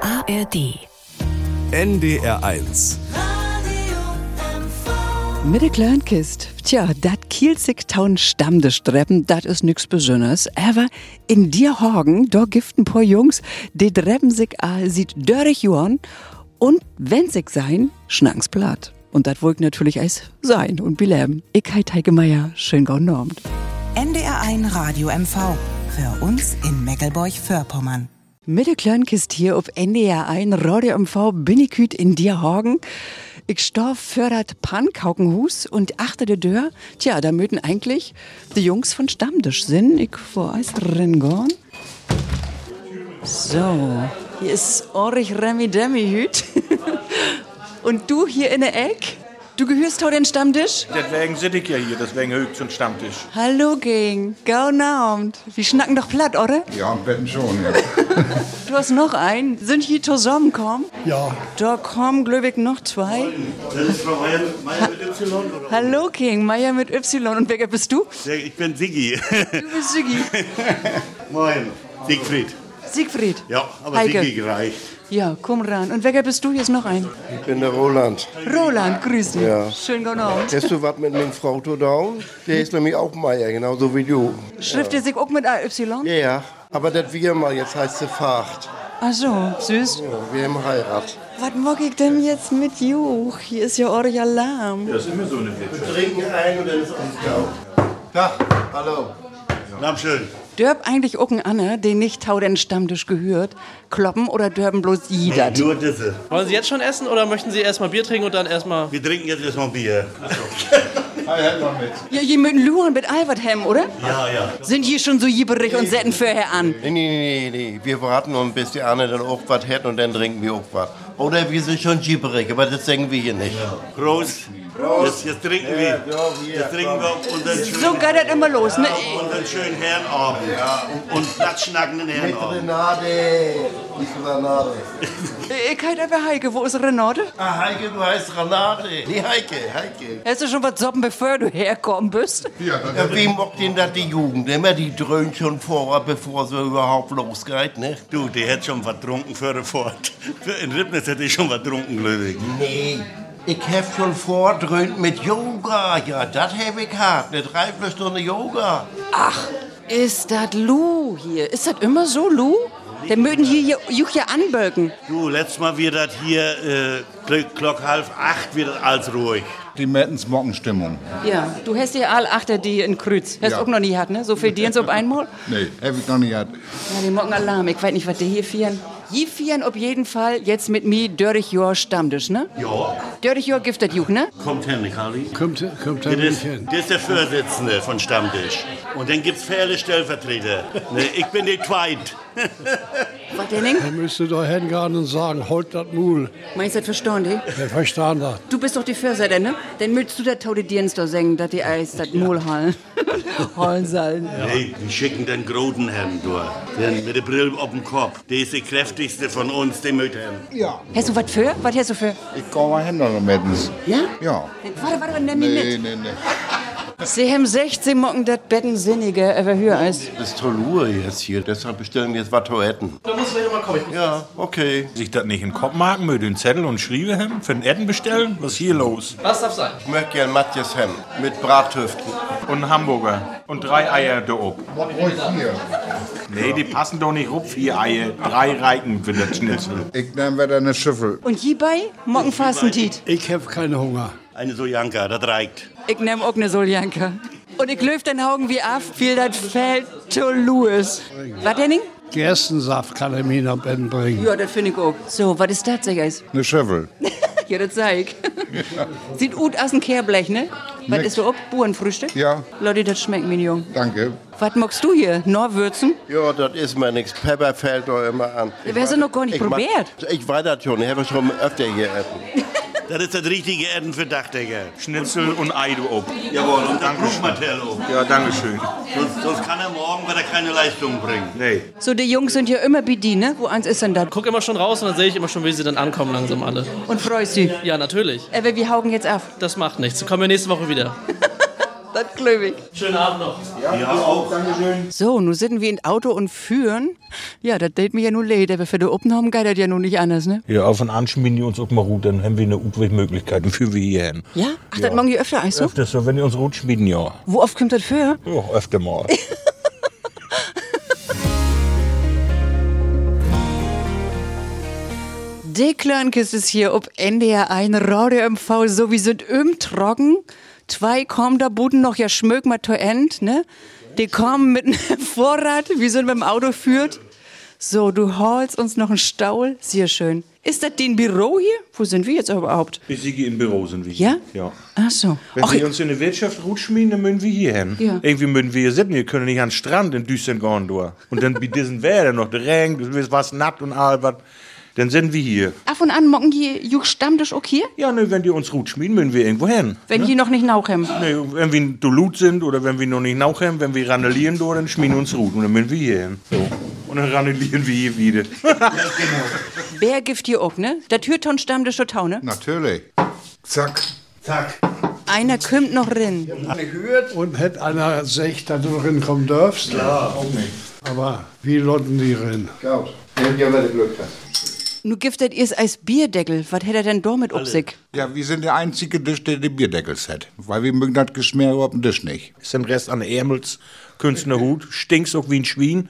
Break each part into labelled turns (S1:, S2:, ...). S1: ARD.
S2: NDR 1.
S3: Mit der Kleinkist. Tja, dat Kielzig Town Stammdestreppen, dat is nix Besonderes. Aber in dir Horgen, do giften paar Jungs, die dreppen sich a sieht dörrig Johann und wenn sich sein, schnanks platt. Und dat wollt natürlich eis sein und beleben. Ich heit Heike Meier, schön genormt.
S4: NDR1 Radio MV. Für uns in Meckelburg-Vorpommern.
S3: Mit der Kleinkist hier auf NDR 1 Radio MV bin ich küt in dir Horgen. Ich storf fördert Pankaukenhus und achte de Dörr. Tja, da möten eigentlich die Jungs von Stammtisch sind. Ich vor eis drin gorn. So, hier ist Orich Remi Demi Hüt. Und du hier in der Eck? Du gehörst heute den Stammtisch?
S5: Deswegen sitze ich ja hier, deswegen höchst zum Stammtisch.
S3: Hallo Gang, guten Abend. Wir schnacken doch platt, oder?
S6: Ja, am Betten schon, ja.
S3: Du hast noch einen. Sind hier zusammenkommen?
S7: Ja,
S3: Da kommen, glaube ich, noch zwei.
S7: das ist Frau Meier, Meier mit Y. Oder?
S3: Hallo King, Meier mit Y. Und wer bist du?
S7: Ich bin Siggi.
S3: Du bist Siggi.
S7: Moin. Siegfried.
S3: Siegfried.
S7: Ja, aber
S3: Heike.
S7: Siggi gereicht.
S3: Ja, komm ran. Und wer bist du? Hier ist noch ein.
S8: Ich bin der Roland.
S3: Roland, grüß dich.
S8: Ja.
S3: Schön guten Abend.
S8: Hast du was mit meinem Frau zu tun? Der ist nämlich auch Meier, genauso wie du.
S3: Schrift ihr sich auch mit AY?
S8: Ja, ja. Aber das wir mal, jetzt heißt sie Facht.
S3: Ach so, süß.
S8: Ja, wir haben Heirat.
S3: Was mag ich denn jetzt mit Juch? Hier ist ja euer Alarm.
S5: Das ist immer so eine Witz.
S8: Trinken ein und dann ist alles klar. Tag, hallo.
S7: Na schön.
S3: Dörb eigentlich auch ein Anne, den nicht Tau den Stammtisch gehört, kloppen oder dörben bloß jeder?
S7: Nur diese.
S9: Wollen Sie jetzt schon essen oder möchten Sie erstmal Bier trinken und dann erstmal.
S7: Wir trinken jetzt erstmal Bier.
S3: Ja, hier mit Luren mit Albert Hem, oder?
S7: Ja, ja.
S3: Sind hier schon so jibberig und setten vorher an.
S8: Nee, nee, nee, nee. Wir warten noch, bis die anderen dann auch was hätten und dann trinken wir auch was. Oder wir sind schon gibberig, aber das denken wir hier nicht.
S7: Prost. Jetzt, jetzt trinken wir. Jetzt trinken wir unseren
S3: So
S7: schönen,
S3: geht das immer los, ne?
S7: unseren schönen Herrenabend. Ja. Und platschnackenden Herrenabend.
S8: Renate. Nicht Renate.
S3: Ich heit aber Heike, wo ist Renate?
S8: Ah, Heike, du heißt Renate. Nee, Heike, Heike.
S3: Hast du schon was soppen, bevor du herkommen bist?
S8: Ja, wie mockt denn das die Jugend? Immer die dröhnt schon vor, bevor sie überhaupt losgeht, ne?
S7: Du, die hätte schon was getrunken für den Fort. Für in Ribnitz hätte ich schon was getrunken, glaube ich.
S8: Nee, ich hab schon vordröhnt mit Yoga. Ja, das hab ich hart. Eine Dreiviertelstunde Yoga.
S3: Ach, ist das Lou hier? Ist das immer so, Lou? Der mögen hier Juch ja anbölken.
S7: Du, letztes Mal wird das hier, äh, Glück- Glock halb acht wird das alles ruhig.
S6: Die Mettens Mockenstimmung.
S3: Ja, du hast ja all achter die in Krütz. Hast
S6: Ja.
S3: auch noch nie gehabt, ne? So viel Dienst auf einmal.
S6: Nee, hab ich noch nicht gehabt.
S3: Ja, die morgen Alarm. Ich weiß nicht, was die hier fieren. Hier fieren auf jeden Fall jetzt mit mir Dörrich Jor Stammtisch, ne?
S7: Ja.
S3: Dörrich Jor Giftet Juch, ne?
S7: Kommt hin, Kali.
S10: Kommt, kommt da
S7: Das
S10: nicht
S7: ist,
S10: hin.
S7: das ist der Vorsitzende von Stammtisch. Und dann gibt es viele Stellvertreter. Ne, ich bin die Tweit.
S3: Was denn? Ing?
S10: Er müsste doch hingehen und sagen, holt das Mul.
S3: Meinst du das verstanden, die?
S10: Wir verstehen das.
S3: Du bist doch die Förserin, ne? Dann möchtest du der Taude Dienst doch singen, dass die Eis das Mol hallen. hallen sollen.
S7: Hey, die schicken den großen Herrn durch. Den mit der Brille auf dem Kopf. Der ist der kräftigste von uns, den Müttern.
S3: Hast du was für? Was hast du für?
S6: Ich komm mal hin nach Mettens.
S3: Ja?
S6: Ja.
S3: Warte, warte, nimm mich
S6: Nee,
S3: mit.
S6: nee, nee.
S3: Sie haben 16 Mocken das Bettensinnige, aber höher als.
S8: Das ist Tolur jetzt hier. Deshalb bestellen wir jetzt was zu essen.
S9: Da muss gleich nochmal kommen. Ich muss-
S8: Ja, okay.
S5: Sich das nicht in den Kopf machen, mit den Zettel und Schriebe hin? Für den Etten bestellen? Was ist hier los?
S9: Was darf sein?
S8: Ich möchte gern Matthias Hemm mit Brathüften.
S5: Und einen Hamburger. Und drei Eier da oben.
S6: Ruhig hier.
S5: Nee, die passen doch nicht rup. Vier Eier. Drei Reiken für das Schnitzel.
S6: Ich nehm wieder eine Schüffel.
S3: Und hierbei Mocken Fastentit.
S10: Ich habe keinen Hunger.
S7: Eine Sojanka, das reicht.
S3: Ich nehm auch eine Soljanka. Und ich löf den Augen wie ab, viel das Feld to Louis. Was denn? Ing?
S10: Gerstensaft kann er mir nach Bett bringen.
S3: Ja, das finde ich auch. So, was ist das, Eis?
S6: Eine Schüffel.
S3: Ja, das zeig. ich. Sieht gut aus dem Kehrblech, ne? Was
S6: Nix.
S3: ist so ob? Burenfrühstück?
S6: Ja.
S3: Leute, das schmeckt mir, Jung.
S6: Danke.
S3: Was magst du hier? Norwürzen?
S8: Ja, das ist mir nichts. Pepper fällt doch immer an.
S3: Ja, wer hat sie noch gar nicht
S8: Ich mag-
S3: probiert?
S8: Ich weiß das schon. Ich habe schon öfter hier essen.
S7: Das ist das richtige Erden für Dachdecker.
S5: Schnitzel und Ei da oben.
S7: Jawohl, und dann Blutmatello.
S5: Ja, danke schön.
S7: Sonst, sonst kann er morgen wieder keine Leistung bringen.
S5: Nee.
S3: So, die Jungs sind ja immer bei dir, ne? Wo eins ist denn das?
S9: Guck immer schon raus und dann sehe ich immer schon, wie sie dann ankommen langsam alle.
S3: Und freust dich.
S9: Ja, natürlich.
S3: Aber wir haugen jetzt ab.
S9: Das macht nichts. Kommen wir nächste Woche wieder.
S3: das glaube ich.
S9: Schönen Abend noch.
S3: So, nun sitzen wir in Auto und führen. Ja, das tät mir ja nun leid, aber für die Oppenhausen geht das ja nun nicht anders, ne?
S5: Ja, auf und an schmieden die uns auch mal gut, dann haben wir eine Utweg-Möglichkeit, dann führen wir hier hin.
S3: Ja? Ach, das machen die öfter, also?
S5: Öfters so, wenn die uns rot schmieden, ja.
S3: Wo oft kommt das für?
S5: Ja, öfter mal.
S3: Die Klönkes ist hier ob NDR1 Radio MV, so wie sind im Trocken. Zwei kommen da Buden noch, ja schmög mal to end, ne? Die kommen mit einem Vorrat, wie sind mit dem Auto führt. So, du holst uns noch einen Staul, sehr schön. Ist das dein Büro hier? Wo sind wir jetzt überhaupt?
S5: Wir sind hier im Büro, sind wir.
S3: Ja?
S5: Ja.
S3: Ach so.
S5: Wenn
S3: Ach,
S5: wir uns in der Wirtschaft rot schmieden, dann müssen wir hier hin.
S3: Ja.
S5: Irgendwie müssen wir hier sitzen, wir können nicht an den Strand in Düsseldorf gehen, du. Und dann bei diesen Wäldern noch der Regen, du wirst was nackt und all was. Dann sind wir hier.
S3: ab und an mocken die Juk Stammtisch auch hier,
S5: Ja, ne, wenn die uns rot schmieden, müssen wir irgendwo hin.
S3: wenn die noch nicht nachhemmen.
S5: Nee, wenn wir in Duluth sind oder wenn wir noch nicht nachher, wenn wir randalieren dort, dann schmieden wir uns Rut und dann müssen wir hier hin. So. Und dann randalieren wir hier wieder.
S3: Wer gibt hier auch, ne? Der Türton Stammtisch schon tau, ne?
S6: Natürlich. Zack.
S8: Zack.
S3: Einer kommt noch rin.
S10: Und hätte einer sich da drin kommen dürfst. Ja, auch nicht. Aber wie lotten die rein?
S6: Gaut. Ja, ja, weil du Glück hast.
S3: Nu giftet ihr es als Bierdeckel. Was hätte er denn da mit Obsig?
S6: Ja, wir sind der einzige Tisch, der den Bierdeckel hat. Weil wir mögen das Geschmäck überhaupt den Tisch nicht.
S5: Ist den Rest an der Ärmels, Künstlerhut, stinkst auch wie ein Schwein.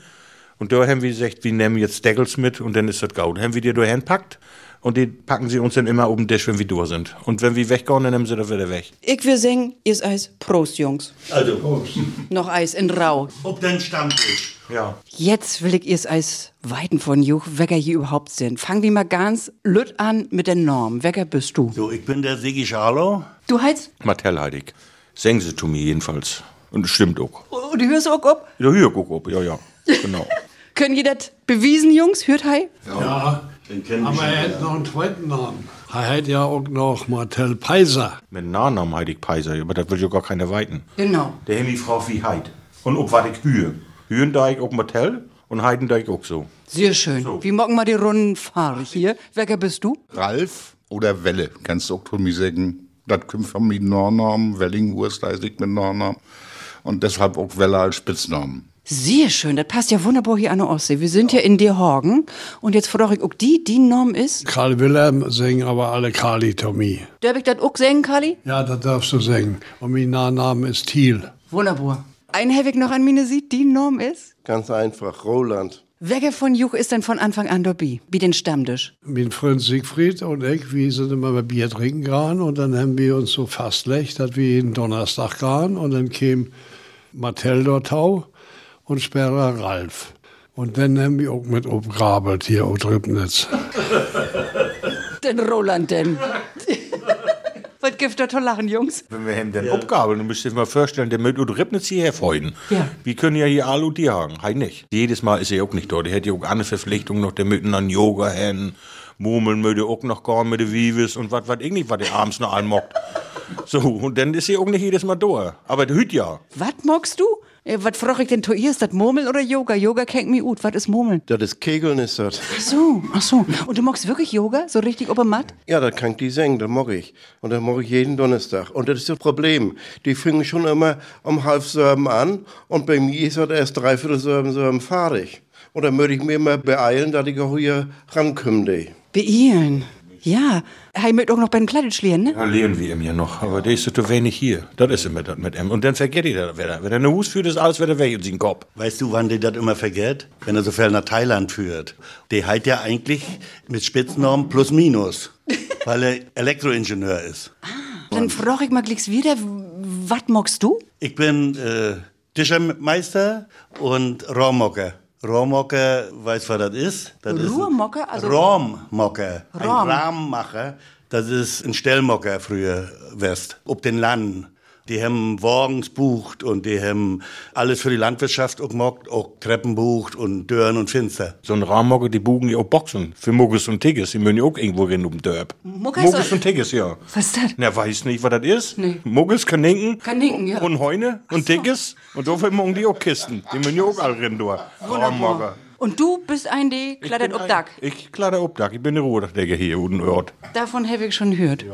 S5: Und da haben wir gesagt, wir nehmen jetzt Deckels mit und dann ist das gut. Haben wir die da hinpackt und die packen sie uns dann immer oben Tisch, wenn wir durch sind. Und wenn wir weggehen, dann nehmen sie das wieder weg.
S3: Ich will singen, ihr Eis. Prost, Jungs.
S7: Also,
S3: Noch Eis in Rau.
S7: ob dein Stammtisch.
S5: Ja.
S3: Jetzt will ich ihr Eis weiten von Juch, wecker hier überhaupt sind. Fangen wir mal ganz lütt an mit der Norm. Wecker bist du.
S7: So, ich bin der Sigi Schalow.
S3: Du heißt,
S5: Martell heidig. Singen sie zu mir jedenfalls. Und das stimmt auch.
S3: oh, du hörst auch ob.
S5: Ja, hier, guck, ob. ja, ja. Genau.
S3: Können ihr das bewiesen, Jungs? Hört hei?
S10: Ja,
S7: Den kennen wir
S10: aber er
S7: schon.
S10: hätte noch einen zweiten Namen. Er hätte ja auch noch Martell Peiser.
S5: Mit Nachnamen heidig Peiser, aber das will ja gar keiner weiten.
S3: Genau.
S5: Der Hemi Frau wie Heid. Und ob war ich Hühe. Hühendeich ob Martell und Heidendeich auch so.
S3: Sehr schön. Wir mocken mal die Runden fahren hier. Wecker bist du?
S6: Ralf oder Welle, kannst du auch von mir sagen. Das kommt von mir Nornamen, Wellingwurst heißt ich mit Nornamen. Und deshalb auch Welle als Spitznamen.
S3: Sehr schön. Das passt ja wunderbar hier an der Ostsee. Wir sind ja in dir Horgen. Und jetzt frage ich, ob die, die Norm ist.
S10: Karl Wilhelm singen aber alle Kali, Tommy.
S3: Darf ich das auch singen, Kali?
S10: Ja, das darfst du singen. Und mein Nachname ist Thiel.
S3: Wunderbar. Ein Hevig noch an Mine sieht, die Norm ist.
S8: Ganz einfach, Roland.
S3: Wegge von Juch ist dann von Anfang an dabei, wie den Stammtisch.
S10: Mein Freund Siegfried und ich, wir sind immer mal Bier trinken gegangen und dann haben wir uns so fastgelegt, dass wir jeden Donnerstag gegangen und dann käm Martell Dortau und später Ralf. Und dann haben wir auch mit umgrabelt hier in Ribnitz.
S3: Den Roland denn. Was gibt da toll lachen, Jungs?
S5: Wenn wir haben dann Abgaben, dann müsst ihr euch mal vorstellen, der mit Udo Ribnitz hierher freuen.
S3: Ja.
S5: Wir können ja hier alle die haben, hei nicht. Jedes Mal ist er auch nicht dort. Er hätte ja auch andere Verpflichtungen noch, der müssen an Yoga hin, Murmeln würde auch noch gehen mit den Vives und was, was, irgendwie, was der abends noch anmockt. So, und dann ist er auch nicht jedes Mal da. Aber der hüt ja.
S3: Was magst du? Äh, Was frag ich denn zu ihr? Ist das Murmeln oder Yoga? Yoga kennt mich gut. Was ist Murmeln?
S8: Das ist Kegeln, ist das.
S3: Ach so, ach so. Und du magst wirklich Yoga? So richtig obermatt?
S8: Ja, das kann ich die singen, das mag ich. Und das mag ich jeden Donnerstag. Und das ist das Problem. Die fingen schon immer um halb sieben an und bei mir ist das erst dreiviertel sieben, sieben fahrig. Und dann würde ich mir immer beeilen, dass ich auch hier rankomme.
S3: Beeilen. Ja. Hei, mit auch noch bei den Kladitschlieren, ne?
S5: Da lehren wir ihm ja noch, aber der ist so wenig hier. Das ist immer das mit ihm. Und dann vergeht ihr das wieder. Wenn er eine Hus führt, ist alles wieder weg in seinen Kopf.
S7: Weißt du, wann die das immer vergelt? Wenn er so viel nach Thailand führt. Der heilt ja eigentlich mit Spitznamen plus minus, weil er Elektroingenieur ist.
S3: Dann frag ich mal gleich wieder, was magst du?
S7: Ich bin äh, Tischmeister und Rohrmocker. Rohrmocker, weißt du, was das ist? Das ist ein-
S3: Ruhrmocker? Also-
S7: Rahmmocker. Ein
S3: Rahm.
S7: Rahmmacher. Das ist ein Stellmocker früher West, ob den Land. Die haben Wagens bucht und die haben alles für die Landwirtschaft auch gemacht, auch Treppen bucht und Dörren und Finster.
S5: So ein Rahmenmocker, die bugen ja auch Boxen. Für Muggis und Tigges, die müssen ja auch irgendwo hin um Dörp.
S3: Muggis
S5: Muggis
S3: und-
S5: und Tigges, ja.
S3: Was ist das?
S5: Na, weiß nicht, was das ist.
S3: Nee.
S5: Muggis, Kaninken.
S3: Kaninken, ja.
S5: Und Heune und Tigges. Und dafür mögen die auch Kisten. Die müssen ja auch alle rennen durch. Rahmenmocker.
S3: Und du bist ein, die
S5: Ich
S3: klettert
S5: bin
S3: ob
S5: ein-
S3: Dach.
S5: Ich kletter Obdach. Ich bin der Ruhedachdecker hier unten Ort.
S3: Davon habe ich schon gehört.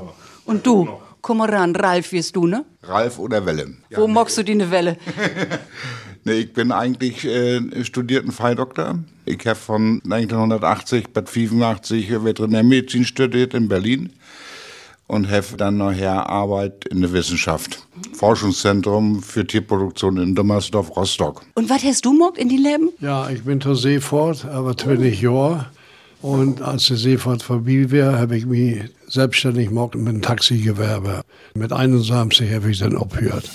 S3: Und du, Komm mal ran, Ralf wirst du, ne?
S6: Ralf oder Welle?
S3: Wo mockst du die eine Welle?
S6: Nee, ich bin eigentlich äh, studierten Fahrdoktor. Ich habe von 1980 bis 85 Veterinärmedizin studiert in Berlin und habe dann nachher Arbeit in der Wissenschaft. Forschungszentrum für Tierproduktion in Dummersdorf, Rostock.
S3: Und was hast du mockt in die Leben?
S10: Ja, ich bin zur Seefahrt, aber 20 Jahre. Und als die Seefahrt vorbei war, habe ich mich selbstständig gemacht mit dem Taxigewerbe. Mit 71 habe ich dann aufgehört.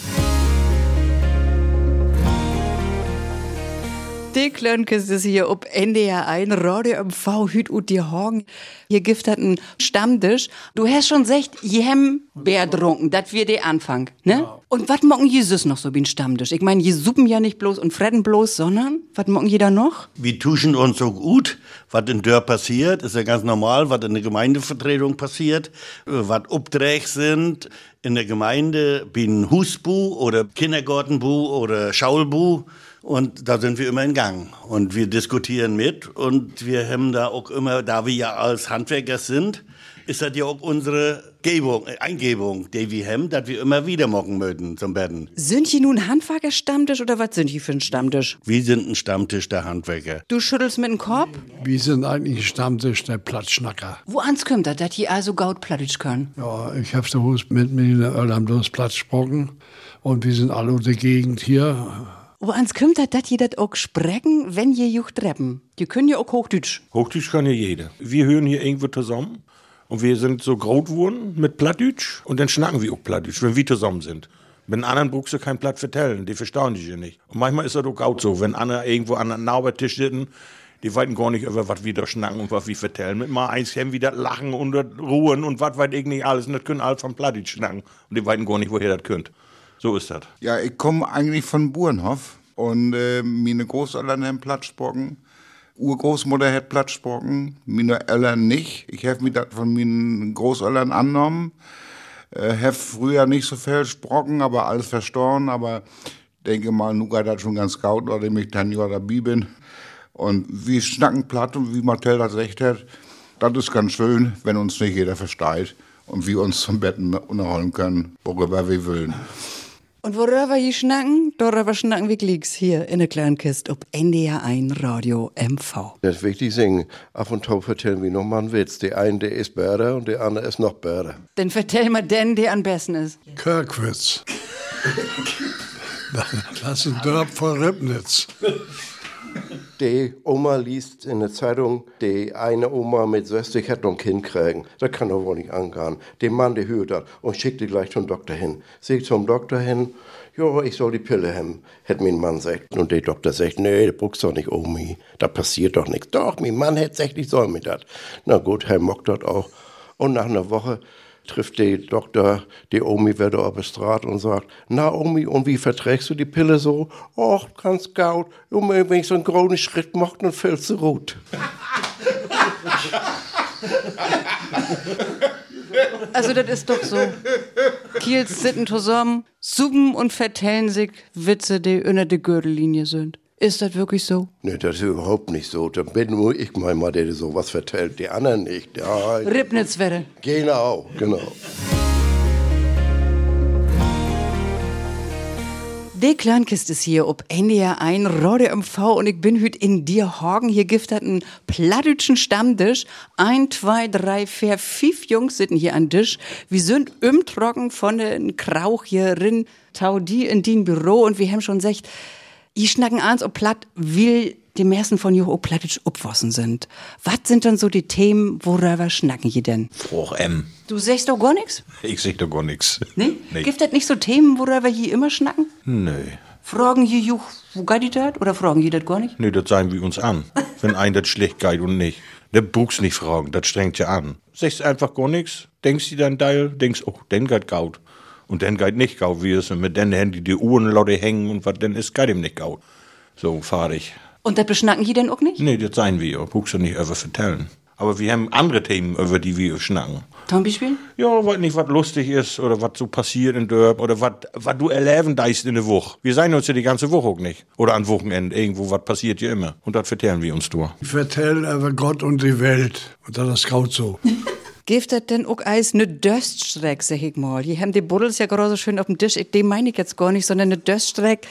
S3: Die Klönkes ist hier ob NDR ein, Radio MV, Hüt und die Horgen. Hier gibt hat einen Stammtisch. Du hast schon gesagt, Jem Bär trunken, das wir der Anfang, ne? Und was mocken Jesus noch so wie ein Stammtisch? Ich meine, je suppen ja nicht bloß und fretten bloß, sondern was mocken jeder noch?
S7: Wir tuschen uns so gut, was in Dörr passiert, ist ja ganz normal, was in der Gemeindevertretung passiert, äh, was Obdräch sind in der Gemeinde, wie ein Husbu oder Kindergartenbu oder Schaulbu. Und da sind wir immer in Gang. Und wir diskutieren mit und wir haben da auch immer, da wir ja als Handwerker sind, ist das ja auch unsere Gebung, äh, Eingebung, die wir haben, dass wir immer wieder mocken möchten zum Betten.
S3: Sind hier nun Handwerker-Stammtisch oder was sind hier für ein Stammtisch?
S7: Wir sind ein Stammtisch der Handwerker.
S3: Du schüttelst mit dem Korb?
S10: Wir sind eigentlich ein Stammtisch der Plattschnacker.
S3: Wo ans kommt das, dass hier also gaut plattisch können?
S10: Ja, ich habe so mit mir in Irland bloß Platz gesprochen. Und wir sind alle in der Gegend hier.
S3: Wo ans kommt das, dass hier das auch sprechen, wenn ihr juch treppen? Die können ja auch Hochdeutsch.
S5: Hochdeutsch kann ja jeder. Wir hören hier irgendwo zusammen und wir sind so groß geworden mit Plattdeutsch und dann schnacken wir auch Plattdeutsch, wenn wir zusammen sind. Mit den anderen brauchst du kein Platt vertellen, die verstehen dich ja nicht. Und manchmal ist das auch gut so, wenn andere irgendwo an einem Arbeitstisch sitzen, die weiten gar nicht über, was wir da schnacken und was wir vertellen. Mit mal eins haben wir das Lachen und das Ruhen und was weiß ich nicht alles. Und das können alle von Plattdeutsch schnacken. Und die weiten gar nicht, woher das könnt. So ist das.
S6: Ja, ich komme eigentlich von Burenhof und äh, meine Großeltern haben Platzsporken. Urgroßmutter hat Platzsporken, meine Eltern nicht. Ich habe mich das von meinen Großeltern angenommen. Äh, hab früher nicht so viel gesprochen, aber alles verstorben. Aber denke mal, Nuga hat schon ganz gaut, nachdem ich dann ja dabei bin. Und wie schnacken platt und wie Martell das recht hat, das ist ganz schön, wenn uns nicht jeder versteht und wir uns zum Betten unterholen können, worüber wir wollen.
S3: Und worüber wir schnacken, darüber schnacken wir glicks hier in der kleinen Kiste ob NDR 1 Radio MV.
S8: Das ist wichtig singen. Ab und zu vertellen wir nochmal einen Witz. Der eine, der ist besser und der andere ist noch besser.
S3: Dann vertell mal den, der am besten ist.
S10: Kirkwitz. Das ist ein Dörp von Ribnitz.
S8: Die Oma liest in der Zeitung, die eine Oma mit 60 hat noch ein Kind kriegen. Das kann doch wohl nicht angehen. Der Mann, der hört das und schickt die gleich zum Doktor hin. Sie zum Doktor hin, ja, ich soll die Pille haben, hat mein Mann gesagt. Und der Doktor sagt, nee, du brauchst doch nicht, Omi, da passiert doch nichts. Doch, mein Mann hat gesagt, ich soll mir das. Na gut, Herr Mock dort auch. Und nach einer Woche trifft der Doktor die Omi wieder auf der Straße und sagt, na Omi, und wie verträgst du die Pille so? Och, ganz gaut, Omi, wenn ich so einen großen Schritt mache, dann fällst du rot.
S3: Also das ist doch so. Kiels sitten zusammen, suppen und vertellen sich Witze, die unter der Gürtellinie sind. Ist das wirklich so?
S8: Nee, das ist überhaupt nicht so. Da bin nur ich mal, der dir sowas vertellt, die anderen nicht. Ja,
S3: Ribnitzwette.
S8: genau, genau.
S3: Die Kleinkist ist hier ob NDR ein Radio MV und ich bin hüt in dir Horgen. Hier gibt hat einen plattdütschen Stammtisch. Ein, zwei, drei, vier, fünf Jungs sitzen hier an Tisch. Wir sind im Trocken von den Krauch hier rin, tau die in din Büro und wir haben schon gesagt, ich schnacken ans ob platt, will die meisten von Juhu plattdütsch upwossen sind. Was sind denn so die Themen, worüber schnacken die denn?
S5: Froch M.
S3: Du sagst doch gar nichts?
S5: Ich seh da gar nichts.
S3: Nee? Gibt das nicht so Themen, worüber hier immer schnacken?
S5: Nee.
S3: Fragen hier Juch, wo geht die dat? Oder fragen die dat gar nicht?
S5: Nee, das zeigen wir uns an. Wenn ein das schlecht geht und nicht. Der Buchs nicht fragen, das strengt ja an. Sagst einfach gar nichts, denkst dir dein Teil, denkst, oh, den geht gaut. Und den geht nicht gaut, wie es und mit den Händen die Uhren lauter hängen und was denn ist, geht ihm nicht gaut. So fahre ich.
S3: Und das beschnacken die denn auch nicht?
S5: Nee, das seien wir, Buchs nicht über vertellen. Aber wir haben andere Themen, über die wir schnacken.
S3: Zum Beispiel?
S5: Ja, weiß nicht, was lustig ist oder was so passiert in Dörp oder was was du erleben deist in der Woche. Wir seien uns ja die ganze Woche auch nicht. Oder an Wochenende irgendwo, was passiert ja immer. Und das vertellen wir uns durch.
S10: Ich vertelle über Gott und die Welt. Und das ist kaut so.
S3: Gibt es denn auch als eine Döststreck, sag ich mal? Hier haben die Buddels ja gerade so schön auf dem Tisch. Ich- Den meine ich jetzt gar nicht, sondern eine Döststreck,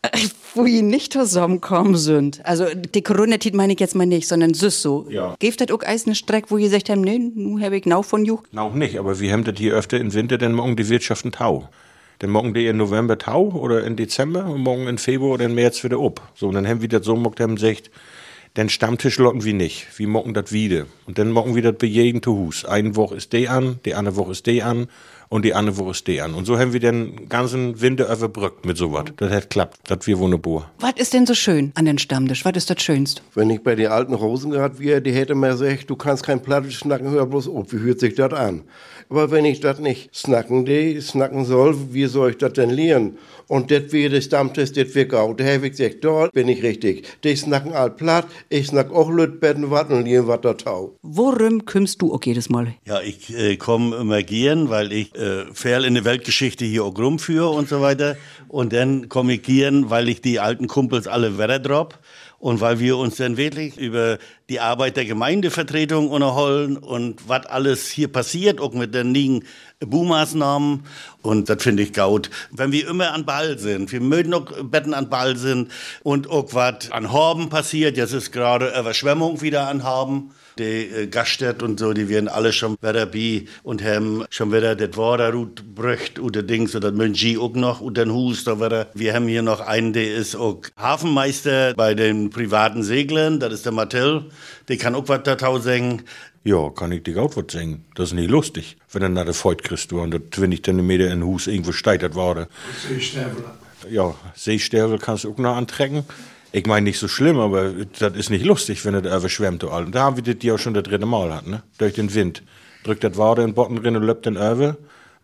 S3: äh, wo die nicht zusammenkommen sind. Also die Corona-Tit meine ich jetzt mal nicht, sondern süß so.
S5: Ja.
S3: Gibt es auch als eine Streck, wo ihr sagt, nee, nun habe ich genau von Juch.
S5: Noch nicht, aber wir haben das hier öfter im Winter, denn morgen die Wirtschaft einen Tau. Dann morgen die im November Tau oder im Dezember und morgen im Februar oder im März wieder ob. So, und dann haben wir das so gemacht, haben gesagt, den Stammtisch locken wir nicht. Wir mocken das wieder. Und dann mocken wir das bei jedem zu Hus. Eine Woche ist die an, die andere Woche ist die an und die andere Woche ist die an. Und so haben wir den ganzen Winter überbrückt mit sowas. Das hat klappt. Das wir wunderbar.
S3: Was ist denn so schön an den Stammtisch? Was ist das Schönste?
S8: Wenn ich bei den alten Rosen gerade wäre, die hätte mir gesagt, du kannst kein Platte schnacken, hör bloß auf, wie hört sich das an? Aber wenn ich das nicht snacken, die snacken soll, wie soll ich das denn lernen? Und das wäre der Stammtisch, das wäre gau. Da habe ich gesagt, dort bin ich richtig. Die snacken alt platt, ich snack auch Lütbetten wat und lern wat da tau.
S3: Worum kümmst du auch jedes Mal?
S7: Ja, ich äh, komme immer gern, weil ich äh, fäll in der Weltgeschichte hier auch rumführe und so weiter. Und dann komme ich gern, weil ich die alten Kumpels alle wetterdrop. Und weil wir uns dann wirklich über die Arbeit der Gemeindevertretung unterholen und was alles hier passiert, auch mit den liegen Buhmaßnahmen. Und das finde ich gaut. Wenn wir immer an Ball sind, wir mögen auch Betten an Ball sind und auch was an Horben passiert. Jetzt ist gerade Überschwemmung wieder an Horben. Die äh, Gaststätte und so, die werden alle schon wieder bi und haben schon wieder das Waderrut brücht oder Dings oder Mönchi auch noch und den Hus da wieder. Wir haben hier noch einen, der ist auch Hafenmeister bei den privaten Seglern, das ist der Mattel. Der kann auch was da singen.
S5: Ja, kann ich die Gautwort singen. Das ist nicht lustig, wenn dann nach der Feut kriegst du und das 20 Zentimeter in Hus irgendwo steigert wurde. ja, Seesterbe kannst du auch noch antrecken. Ich meine, nicht so schlimm, aber das ist nicht lustig, wenn das überschwemmt. du Alter. Und da haben wir das ja auch schon das dritte Mal hat, ne? Durch den Wind. Drückt das Wade in den Botten drin und löppt den Erwe.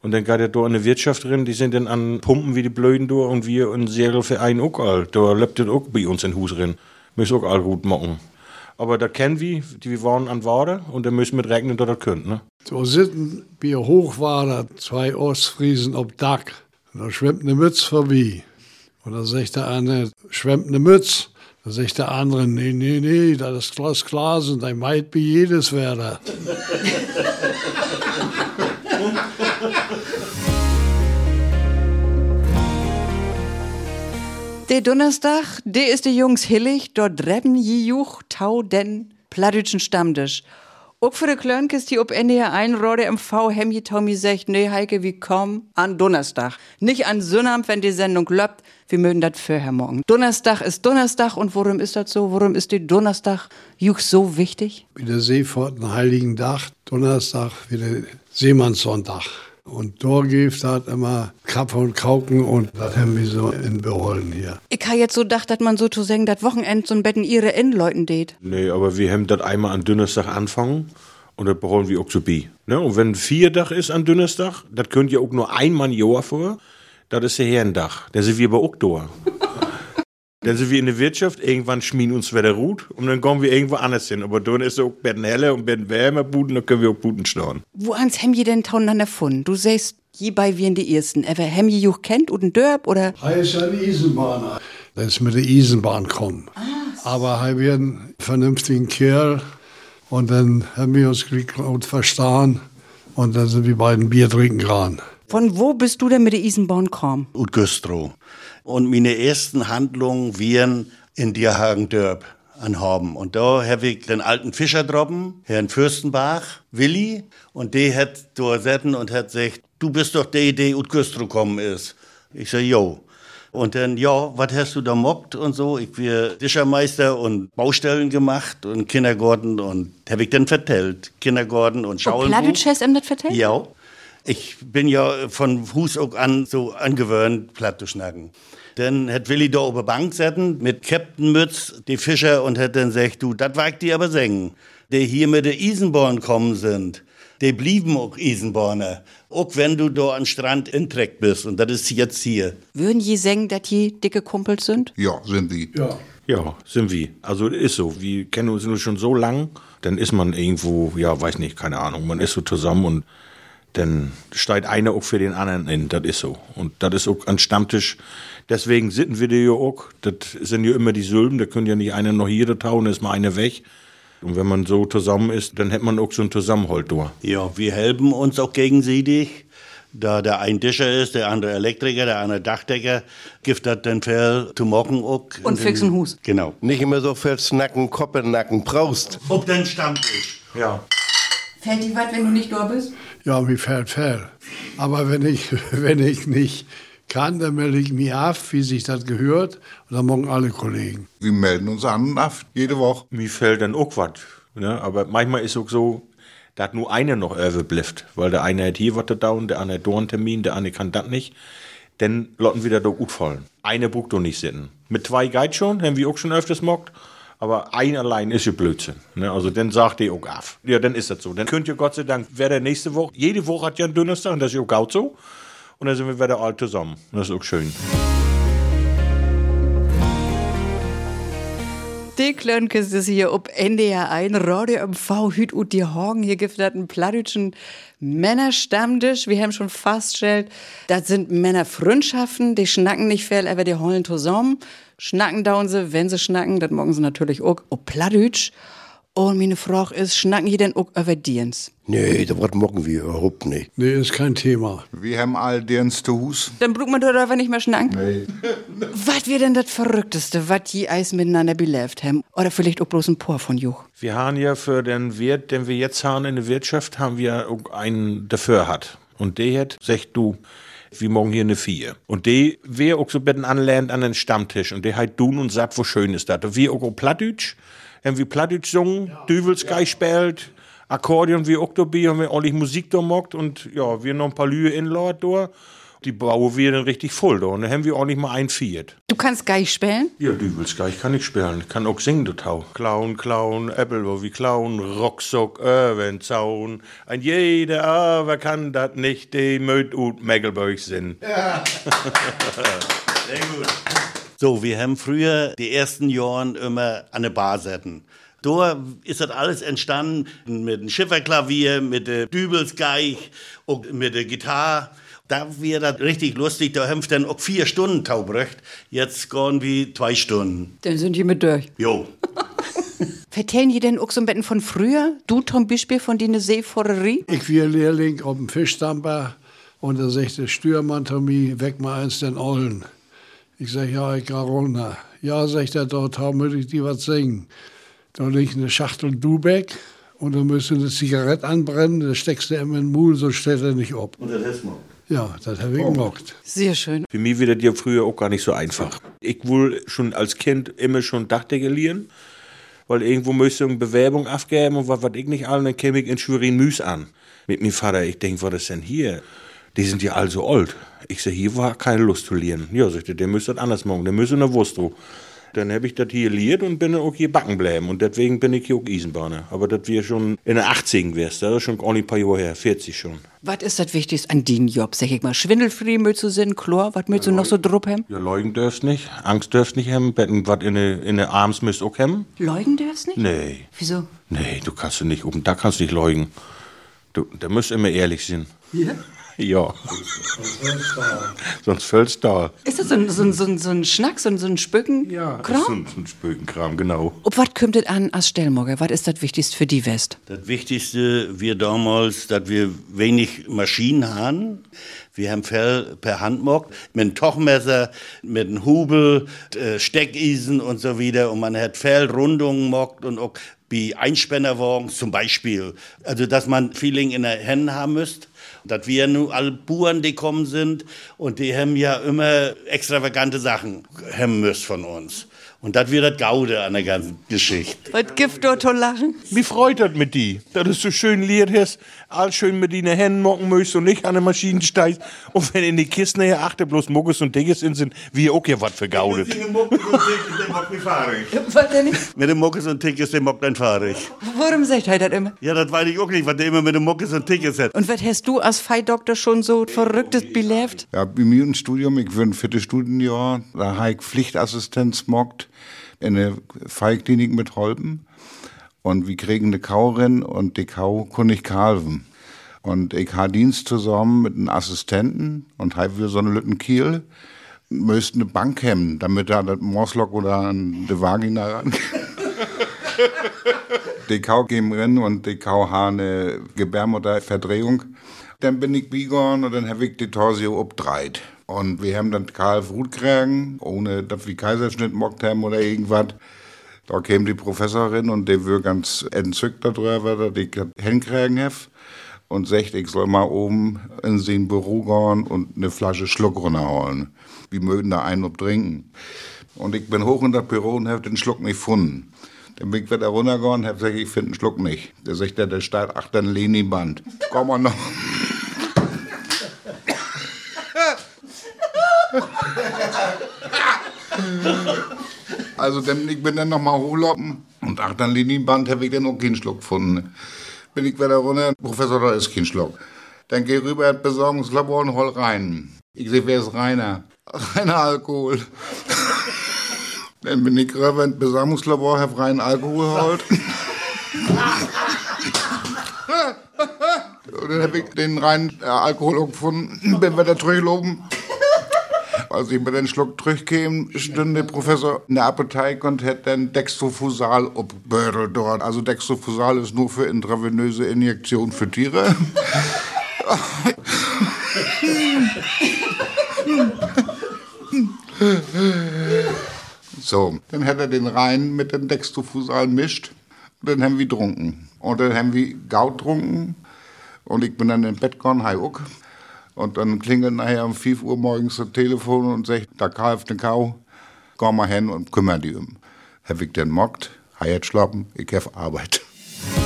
S5: Und dann geht das da in die Wirtschaft drin, die sind dann an Pumpen wie die Blöden durch und wir in Segelverein auch all. Da löppt das auch bei uns in Hus drin. Müssen auch all gut machen. Aber da kennen wir, die wir waren an Wade und dann müssen wir regnen, dass das könnt, ne?
S10: So sitten wir Hochwader, zwei Ostfriesen ob Dach. Und da schwimmt eine Mütz vorbei. Und da sagt der eine, schwemmt eine Mütz. Da sagt der andere, nee, nee, nee, das ist Glas Glas und ein Maid wie jedes Werder.
S3: Der Donnerstag, der ist die Jungs hillig, dort dreben Jijuch tau den plattdütschen Stammtisch. Auch für die Klönkes, die ob NDR einrode im V Hemje Tommy sagt, nee Heike, wir kommen an Donnerstag. Nicht an Sonnabend, wenn die Sendung löppt, wir mögen das vorher morgen. Donnerstag ist Donnerstag und worum ist das so? Worum ist die Donnerstag Juch so wichtig?
S10: in der Seefahrt einen heiligen Tag, Donnerstag wieder Seemannssonntag. Und da gibt hat immer Kappe und Kauken und das haben wir so in Beholden hier.
S3: Ich habe jetzt so gedacht, dass man so zu sagen, das Wochenende so ein Betten ihre Innenleuten date.
S5: Nee, aber wir haben das einmal an Donnerstag anfangen und das beholen wir auch so bi. Ne? Und wenn Viertag ist an Donnerstag, das könnt ihr auch nur einmal im Jahr vor, das ist der Herrendach. Dann sind wir bei Oktor. dann sind wir in der Wirtschaft, irgendwann schmieden uns wieder Rut und dann kommen wir irgendwo anders hin. Aber dann ist es auch Betten heller und Betten wärmer, Buden, dann können wir auch Buden schnorren.
S3: Wo ans Hemje denn taunander gefunden? Du sägst, je bei wir in die ersten. Ever Hemje Juch kennt oder Dörp oder
S10: Heißt Ah, ja ein Eisenbahner. Der ist mit der Eisenbahn kommen. Aber haben wir einen vernünftigen Kerl und dann haben wir uns gut verstanden und dann sind wir beiden Bier trinken gerannt.
S3: Von wo bist du denn mit der Eisenbahn gekommen?
S7: und Güstrow. Und meine ersten Handlungen wären in Dierhagen-Dörp an Horben. Und da habe ich den alten Fischer droppen, Herrn Fürstenbach, Willi. Und der hat da setten und hat gesagt, du bist doch der, der ut Güstrow kommen ist. Ich sag, jo. Und dann, ja, was hast du da mockt und so? Ich bin Fischermeister und Baustellen gemacht und Kindergarten und habe ich dann vertellt. Kindergarten und Schauen.
S3: Pladütschess im das vertellt?
S7: Ja. Ich bin ja von Fuß auch an so angewöhnt, platt zu schnacken. Dann hat Willi da oben Bank setzen mit Captain Mütz, die Fischer, und hat dann gesagt, du, das wagt die aber sengen. Die hier mit der Isenborn kommen sind, die blieben auch Isenborner. Auch wenn du da am Strand in Treck bist, und das ist jetzt hier.
S3: Würden je sagen, dass je dicke Kumpels sind?
S6: Ja, sind die.
S5: Ja, sind wir. Also ist so. Wir kennen uns nur schon so lang. Dann ist man irgendwo, ja, weiß nicht, keine Ahnung. Man ist so zusammen und dann steigt einer auch für den anderen in. Das ist so. Und das ist auch ein Stammtisch. Deswegen sitzen wir hier auch. Das sind ja immer die Sülben. Da können ja nicht einer noch hier da tauen, da ist mal einer weg. Und wenn man so zusammen ist, dann hätte man auch so einen Zusammenhalt da.
S7: Ja, wir helfen uns auch gegenseitig. Da der ein Discher ist, der andere Elektriker, der andere Dachdecker, gibt das dann viel zu machen auch.
S3: Und fixen Hus.
S7: Genau.
S8: Nicht immer so versnacken, Koppennacken, Prost.
S7: Ob den Stammtisch.
S5: Ja.
S3: Fällt dir was, wenn du nicht da bist?
S10: Ja, mir fällt fair. Aber wenn ich, wenn ich nicht kann, dann melde ich mich ab, wie sich das gehört. Und dann morgen alle Kollegen.
S6: Wir melden uns an und ab, jede Woche.
S5: Mir fällt dann auch was. Ne? Aber manchmal ist auch so, da hat nur einer noch überblifft. Weil der eine hat hier was da und der andere hat da einen Termin, der andere kann das nicht. Dann lotten wieder da gut fallen. Eine Bruck doch nicht sitten. Mit zwei geht schon, haben wir auch schon öfters mockt. Aber ein allein ist ja Blödsinn. Ne? Also dann sagt ihr auch af. Ja, dann ist das so. Dann könnt ihr Gott sei Dank, wer der nächste Woche, jede Woche hat ja einen Donnerstag und das ist ja auch gut so. Und dann sind wir wieder alle zusammen. Und Das ist auch schön.
S3: Die Klönkes ist hier ob NDR ein, Radio MV, Hüt und die Horgen. Hier gibt es einen plattdütschen Männerstammtisch. Wir haben schon festgestellt, das sind Männerfreundschaften. Die schnacken nicht viel, aber die heulen zusammen. Schnacken dauern sie, wenn sie schnacken, das morgen sie natürlich auch ob plattdütsch. Und meine Frage ist, schnacken hier denn auch über Dienst?
S8: Nee, da was mocken wir überhaupt nicht.
S10: Nee, ist kein Thema.
S6: Wir haben all deren Stuhus.
S3: Dann braucht man doch einfach nicht mehr schnacken. Was wir denn das Verrückteste, was die Eis miteinander belebt haben? Oder vielleicht auch bloß ein Por von Juch.
S5: Wir haben ja für den Wert, den wir jetzt haben in der Wirtschaft, haben wir auch einen dafür hat. Und der hat, sagt du, wir morgen hier eine Vier. Und der wäre auch so bitten anlernt an den Stammtisch. Und der halt tun und sagt, wo schön ist das. Und wir auch Plattdeutsch, haben wir Plattdeutsch gesungen, Düwelsgei spielt, Akkordeon wie auch dabei, haben wir ordentlich Musik da mockt und ja, wir noch ein paar Lühe in Lord da. Die bauen wir dann richtig voll da. Und dann haben wir ordentlich mal ein Viert.
S3: Du kannst gar nicht spielen?
S5: Ja, Dübelsgleich kann ich spielen. Ich kann auch singen, du Tau. Clown, Clown, Applebowie, Clown, Rocksock, Irwin, Zaun. Ein jeder aber kann das nicht, die Möd und Mecklenburg sind.
S7: So, wir haben früher die ersten Jahren immer an der Bar setzen. Da ist das alles entstanden mit dem Schifferklavier, mit der Dübelsgeich und mit der Gitarre. Da wir das richtig lustig, da haben wir dann auch vier Stunden taubrecht. Jetzt gehen wir zwei Stunden.
S3: Dann sind die mit durch.
S7: Jo.
S3: Vertellen die denn auch so ein Betten von früher? Du zum Beispiel von deiner Seeforerie?
S10: Ich war Lehrling auf dem Fischstamper und da sagte Stürmann zu mir, weg mal eins den Ollen. Ich sag, ja, ich geh runter. Ja, sagt er, dort haben würde ich die was singen. Da liegt eine Schachtel Dubeck und du müsst eine Zigarette anbrennen, das steckst du ihm in den Mund, so steht er nicht ob.
S7: Und das ist mal.
S10: Ja, das habe ich gemacht.
S3: Sehr schön.
S5: Für mich wird das ja früher auch gar nicht so einfach. Ich wohl schon als Kind immer schon dachte gelieren, weil irgendwo müsste ich eine Bewerbung abgeben und was weiß ich nicht an, dann käme ich in Schwerin Müs an. Mit meinem Vater, ich denk, was ist denn hier? Die sind ja all so alt. Ich sag, hier war keine Lust zu lieren. Ja, sagte, der müsste das anders machen, der müsste eine Wurst drauf. Dann hab ich das hier liert und bin dann auch hier backen bleiben. Und deswegen bin ich hier auch Eisenbahner. Aber das wir schon in den 80ern wärst, das ist schon auch nicht ein paar Jahre her, 40 schon.
S3: Was ist das Wichtigste an den Job? Sag ich mal, schwindelfrei müllst du sind, Chlor, was müllst du noch so drupp haben?
S5: Ja, leugnen dürft nicht, Angst dürft nicht haben, Betten was in de, in de Arms müsst auch haben.
S3: Leugnen darfst nicht?
S5: Nee,
S3: Wieso?
S5: nee, du kannst du nicht, oben da kannst du nicht leugnen. Du, da müsst immer ehrlich sein. Ja? Ja. Sonst fällst du da.
S3: Ist das so ein, so ein, so ein, so ein Schnack, so ein, so ein Spücken?
S5: Das ist
S3: Kram?
S5: ein, ein Spökenkram, genau.
S3: Ob was kommt das an als Stellmorger? Was ist das Wichtigste für die West?
S7: Das Wichtigste, wir damals, dass wir wenig Maschinen haben. Wir haben Fell per Hand gemacht, mit einem Tochmesser, mit einem Hubel, äh, Steckisen und so wieder. Und man hat Fellrundungen gemacht und auch wie Einspännerwagen zum Beispiel. Also, dass man Feeling in der Hand haben müsst. Dass wir nun alle Buren, die kommen sind und die haben ja immer extravagante Sachen haben müssen von uns. Und das wir das Gaude an der ganzen Geschichte.
S3: Was gibt dort zu lachen?
S5: Wie freut das mit die, dass es so schön liert hast, all schön mit deinen Händen mocken möchtest und nicht an der Maschine steigst. Und wenn in die Kisten her achte bloß Muckes und Digges in sind, wie auch hier was vergaudet.
S3: Was denn nicht?
S7: Mit dem Muckes und Tickets, dem Mock dann fahre ich.
S3: Warum sagt er das immer?
S7: Ja, das weiß ich auch nicht, was der immer mit dem Muckes und Tickets hat.
S3: Und was hast du als Feiddoktor schon so verrücktes belebt?
S6: Ja, bei mir im Studium, ich bin viertes Studienjahr, da habe ich Pflichtassistenz mockt in der Fallklinik mit Holpen. Und wir kriegen eine Kaurin und die Kau kann ich kalven. Und ich habe Dienst zusammen mit einem Assistenten und habe wieder so einen Lütten Kiel. Müsste eine Bank hemmen, damit da das Morslock oder an die Vagina ran. DK geben Rennen und DK Hane Gebärmutterverdrehung. Dann bin ich Bigon und dann habe ich die Torsio obdreit. Und wir haben dann Karl Frutkrägen, ohne dass wir Kaiserschnitt mockt haben oder irgendwas. Da kam die Professorin und die war ganz entzückt darüber, dass ich das hinkriegen habe. Und sagt, ich soll mal oben in den Büro gehen und eine Flasche Schluck runterholen. Wir mögen da einen obtrinken. Und ich bin hoch in das Büro und habe den Schluck nicht gefunden. Dann bin ich wieder runtergegangen und habe gesagt, ich finde den Schluck nicht. Der sagt, der, der steht achter ein Leni-Band. Komm mal noch. Also dann, ich bin dann nochmal hochloppen und achter ein Leni-Band habe ich dann auch keinen Schluck gefunden. Bin ich wieder runter, Professor, da ist kein Schluck. Dann geh rüber ins Besorgungslabor und hol rein. Ich sehe, wer ist Rainer? Reiner Alkohol. Dann bin ich rüber ins Besammlungslabor, hab reinen Alkohol geholt. Und dann hab ich den reinen äh, Alkohol auch gefunden, bin wieder zurückgeloben. Als Also ich mit den Schluck zurückkam, stünde der Professor in der Apotheke und hätte dann Dextrofusal abbördelt dort. Also Dextrofusal ist nur für intravenöse Injektion für Tiere. So, dann hat er den Rhein mit dem Dextrofusal mischt. Und dann haben wir getrunken. Und dann haben wir Gaut getrunken. Und ich bin dann im Bett gegangen, hi uck. Und dann klingelt nachher um 5 Uhr morgens das Telefon und sagt, da kauft eine Kau, geh mal hin und kümmere die um. Hab ich dann mockt, hi jetzt schlappen, ich hab Arbeit.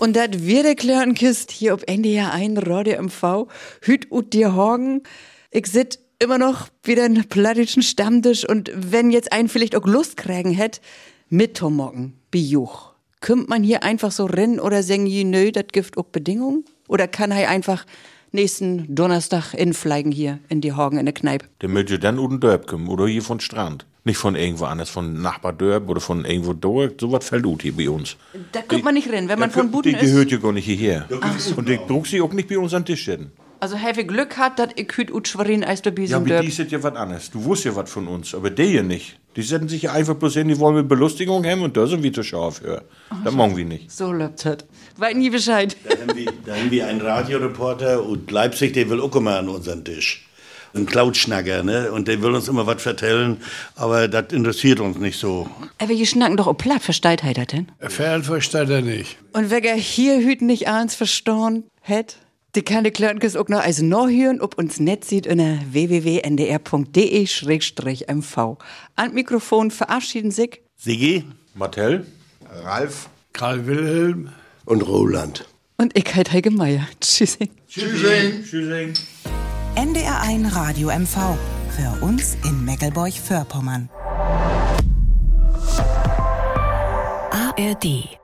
S3: Und das wird der Klörenkist hier auf NDR 1 Radio MV. Hüt ut dir Horgen. Ich sit immer noch wieder in plattischen Stammtisch und wenn jetzt einen vielleicht auch Lust kriegen hätt, mit Tomocken, Bijuch. Kümmt man hier einfach so rennen oder sagen, je nö, das gibt auch Bedingungen? Oder kann er einfach nächsten Donnerstag infleigen hier in die Horgen in der Kneipe?
S5: Der möchte dann unten Dörp kommen oder hier von Strand. Nicht von irgendwo anders, von Nachbar Dörp oder von irgendwo Dörp. Sowas fällt gut hier bei uns.
S3: Da kommt man nicht rennen, wenn man
S5: Der
S3: von
S5: Köppen,
S3: Buden
S5: Die
S3: ist.
S5: gehört ja genau. gar nicht hierher. Und die druckt sie auch nicht bei uns an den Tisch hin.
S3: Also, habe ich Glück hat, dass ich hüt ut Schwerin als der
S5: Ja,
S3: Biesen
S5: aber
S3: Dörp.
S5: die sind ja was anderes. Du wusst ja was von uns, aber die hier nicht. Die setzen sich ja einfach bloß hin, die wollen mit Belustigung haben und da sind wir zu scharf. Ja. Da machen wir nicht.
S3: So läuft das. Weiß nie Bescheid.
S7: Da haben wir, da haben wir einen Radioreporter und Leipzig, der will auch immer an unseren Tisch. Ein Cloudschnacker, ne? Und der will uns immer was vertellen, aber das interessiert uns nicht so.
S3: Aber wir schnacken doch auch platt, versteht er das denn?
S10: Fern versteht er nicht.
S3: Und wenn er hier hüt nicht eins verstorn hätt, die kann die Klöntges auch noch als Norhören ob uns net sieht in der e www.ndr.de-mv. An Mikrofon verabschieden sich
S7: Sigi?
S5: Martell?
S6: Ralf
S10: Karl Wilhelm,
S8: Und Roland.
S3: und ich heit Heike Meier. Tschüssing.
S5: Tschüssing.
S4: NDR 1 Radio MV. Für uns in Meckelburg-Vorpommern.
S1: ARD